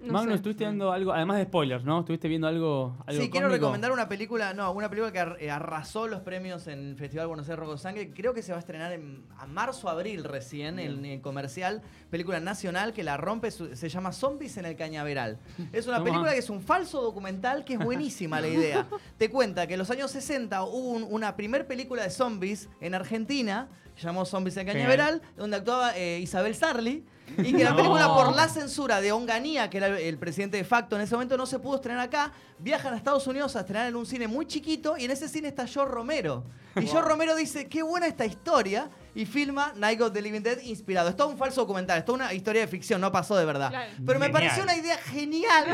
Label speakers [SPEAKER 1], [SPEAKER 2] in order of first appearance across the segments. [SPEAKER 1] No
[SPEAKER 2] Magno,
[SPEAKER 1] sé.
[SPEAKER 2] estuviste viendo algo, además de spoilers, ¿no? Estuviste viendo algo. algo
[SPEAKER 3] sí, quiero
[SPEAKER 2] cósmico?
[SPEAKER 3] recomendar una película, no, una película que ar- eh, arrasó los premios en el Festival Buenos Aires Rock con Sangre. Creo que se va a estrenar en, a marzo, abril recién en, en comercial. Película nacional que la rompe, su- se llama Zombies en el Cañaveral. Es una
[SPEAKER 2] Tomá.
[SPEAKER 3] película que es un falso documental que es buenísima la idea. Te cuenta que en los años 60 hubo un- una primer película de zombies en Argentina, que llamó Zombies en el
[SPEAKER 2] Genial.
[SPEAKER 3] Cañaveral, donde actuaba eh, Isabel Sarli. Y que la película
[SPEAKER 2] No.
[SPEAKER 3] por la censura de Onganía, que era el presidente de facto en ese momento, no se pudo estrenar acá. Viajan a Estados Unidos a estrenar en un cine muy chiquito y en ese cine está George Romero. Y George Romero dice, qué buena esta historia. Y filma Night of the Living Dead inspirado. Es todo un falso documental, es toda una historia de ficción, no pasó de verdad.
[SPEAKER 1] Claro.
[SPEAKER 3] Pero me
[SPEAKER 4] Genial.
[SPEAKER 3] pareció una idea genial.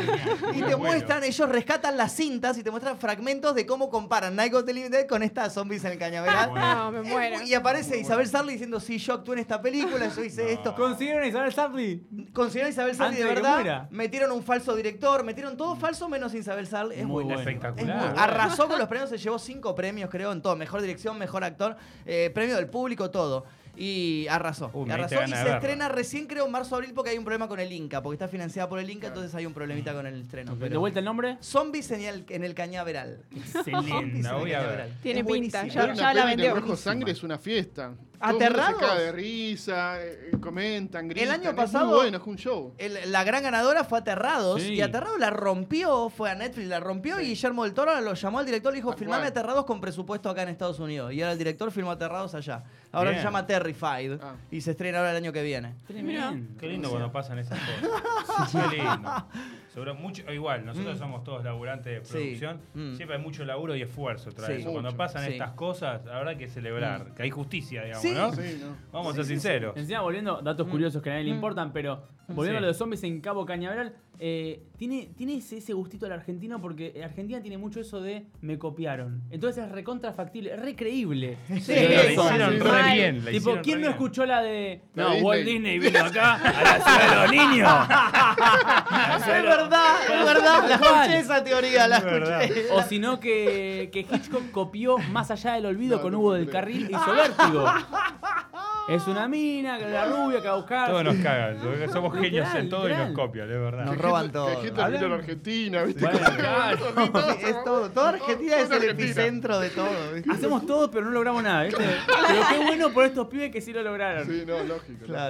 [SPEAKER 3] Y te
[SPEAKER 4] Bueno.
[SPEAKER 3] muestran, ellos rescatan las cintas y te muestran fragmentos de cómo comparan Night of the Living Dead con estas zombies en el cañaveral.
[SPEAKER 4] Ah,
[SPEAKER 1] No, Ah, me
[SPEAKER 3] Es
[SPEAKER 1] muero.
[SPEAKER 3] muy- Y aparece Isabel Sarli diciendo, sí, yo actué en esta película, yo hice
[SPEAKER 4] No.
[SPEAKER 3] esto.
[SPEAKER 2] ¿Consiguieron a Isabel Sarli?
[SPEAKER 3] Considera Isabel Sarli
[SPEAKER 2] Antes
[SPEAKER 3] de
[SPEAKER 2] de que
[SPEAKER 3] verdad.
[SPEAKER 2] muera.
[SPEAKER 3] Metieron un falso director, metieron todo falso menos Isabel Sarli. Es
[SPEAKER 2] Muy
[SPEAKER 3] muy
[SPEAKER 2] bueno.
[SPEAKER 3] bueno. Es muy-
[SPEAKER 4] Espectacular.
[SPEAKER 3] arrasó con los premios, se llevó cinco premios, creo, en todo. Mejor dirección, mejor actor, eh, premio del público, todo. Y arrasó.
[SPEAKER 4] Uy, me
[SPEAKER 3] arrasó
[SPEAKER 4] diste
[SPEAKER 3] y
[SPEAKER 4] ganas
[SPEAKER 3] se
[SPEAKER 4] de verla.
[SPEAKER 3] estrena recién, creo, en marzo abril, porque hay un problema con el Inca, porque está financiada por el Inca, entonces hay un problemita con el estreno.
[SPEAKER 2] ¿De
[SPEAKER 3] Pero...
[SPEAKER 2] vuelta el nombre?
[SPEAKER 3] Zombies en el, en el cañaveral. Zombies
[SPEAKER 4] Excelente,
[SPEAKER 3] en
[SPEAKER 4] la
[SPEAKER 3] el
[SPEAKER 4] voy a ver.
[SPEAKER 3] cañaveral.
[SPEAKER 1] Tiene
[SPEAKER 3] Es
[SPEAKER 1] pinta,
[SPEAKER 3] buenísima.
[SPEAKER 1] Ya-
[SPEAKER 5] Ver una
[SPEAKER 1] ya la
[SPEAKER 5] peli de
[SPEAKER 1] vendió.
[SPEAKER 5] Rojo Sangre es una fiesta.
[SPEAKER 3] ¿Aterrados?
[SPEAKER 5] Todo el mundo se caga de risa, eh, comentan, gritan.
[SPEAKER 3] año
[SPEAKER 5] es
[SPEAKER 3] pasado-
[SPEAKER 5] muy bueno, es un show.
[SPEAKER 1] Ah.
[SPEAKER 3] El- la gran ganadora fue Aterrados.
[SPEAKER 2] Sí.
[SPEAKER 3] Y Aterrados la rompió, fue a Netflix, la rompió. Y Guillermo del Toro lo llamó al director y le dijo:
[SPEAKER 5] Tal
[SPEAKER 3] Filmame
[SPEAKER 5] cual.
[SPEAKER 3] Aterrados con presupuesto acá en Estados Unidos. Y ahora el director filmó Aterrados allá. Ahora
[SPEAKER 4] Bien.
[SPEAKER 3] se llama Terrified.
[SPEAKER 5] Ah.
[SPEAKER 3] Y se estrena ahora el año que viene.
[SPEAKER 2] Tremendo.
[SPEAKER 4] Qué lindo cuando pasan esas cosas. Qué lindo. Seguro mucho, igual, nosotros somos todos laburantes de
[SPEAKER 3] Sí.
[SPEAKER 4] producción.
[SPEAKER 3] Mm.
[SPEAKER 4] Siempre hay mucho laburo y esfuerzo tras
[SPEAKER 3] Sí.
[SPEAKER 4] eso. Cuando
[SPEAKER 5] Mucho.
[SPEAKER 4] pasan
[SPEAKER 3] Sí.
[SPEAKER 4] estas cosas, habrá que celebrar. Que hay justicia, digamos,
[SPEAKER 3] Sí.
[SPEAKER 4] ¿no?
[SPEAKER 5] Sí, ¿no?
[SPEAKER 4] Vamos a ser sinceros.
[SPEAKER 2] Encima, volviendo, datos curiosos que a nadie le importan, pero volviendo a
[SPEAKER 4] Mm. Sí.
[SPEAKER 2] lo de zombies en Cabo Cañaveral, eh, tiene, tiene ese, ese gustito al argentino porque Argentina tiene mucho eso de me copiaron. Entonces es recontrafactible, es recreíble. Lo de
[SPEAKER 4] Sí, la
[SPEAKER 2] los zombies.
[SPEAKER 4] hicieron
[SPEAKER 5] sí,
[SPEAKER 4] re
[SPEAKER 5] sí.
[SPEAKER 4] bien. la
[SPEAKER 2] Tipo,
[SPEAKER 4] hicieron
[SPEAKER 2] ¿quién
[SPEAKER 4] re
[SPEAKER 2] no
[SPEAKER 4] bien.
[SPEAKER 2] escuchó la de.
[SPEAKER 5] La
[SPEAKER 2] no,
[SPEAKER 5] Disney.
[SPEAKER 2] Walt Disney vino acá a la ciudad de los niños.
[SPEAKER 3] Es verdad, es verdad. La
[SPEAKER 2] Mal.
[SPEAKER 3] escuché esa teoría, la
[SPEAKER 4] Es verdad.
[SPEAKER 3] escuché.
[SPEAKER 2] O si no, que, que Hitchcock copió Más allá del olvido
[SPEAKER 5] No,
[SPEAKER 2] con
[SPEAKER 5] no
[SPEAKER 2] Hugo
[SPEAKER 5] puedo
[SPEAKER 2] del
[SPEAKER 5] creer.
[SPEAKER 2] Carril hizo vértigo. Es una mina, la rubia que va a buscar.
[SPEAKER 4] Todos nos cagan. Somos genios en
[SPEAKER 2] Literal,
[SPEAKER 4] todo y nos
[SPEAKER 2] literal.
[SPEAKER 4] copian, es verdad.
[SPEAKER 3] Nos
[SPEAKER 5] Que
[SPEAKER 3] roban
[SPEAKER 5] Hitler-
[SPEAKER 3] todo.
[SPEAKER 5] Que Hitler vino a la Argentina, ¿viste?
[SPEAKER 4] Bueno,
[SPEAKER 5] Como-
[SPEAKER 4] claro.
[SPEAKER 3] Es todo. Toda Argentina
[SPEAKER 5] Toda
[SPEAKER 3] es el
[SPEAKER 5] Argentina.
[SPEAKER 3] epicentro de todo. ¿viste?
[SPEAKER 2] Hacemos todo, pero no logramos nada. ¿viste? Pero qué bueno por estos pibes que sí lo lograron.
[SPEAKER 5] Sí, no, lógico.
[SPEAKER 3] Claro.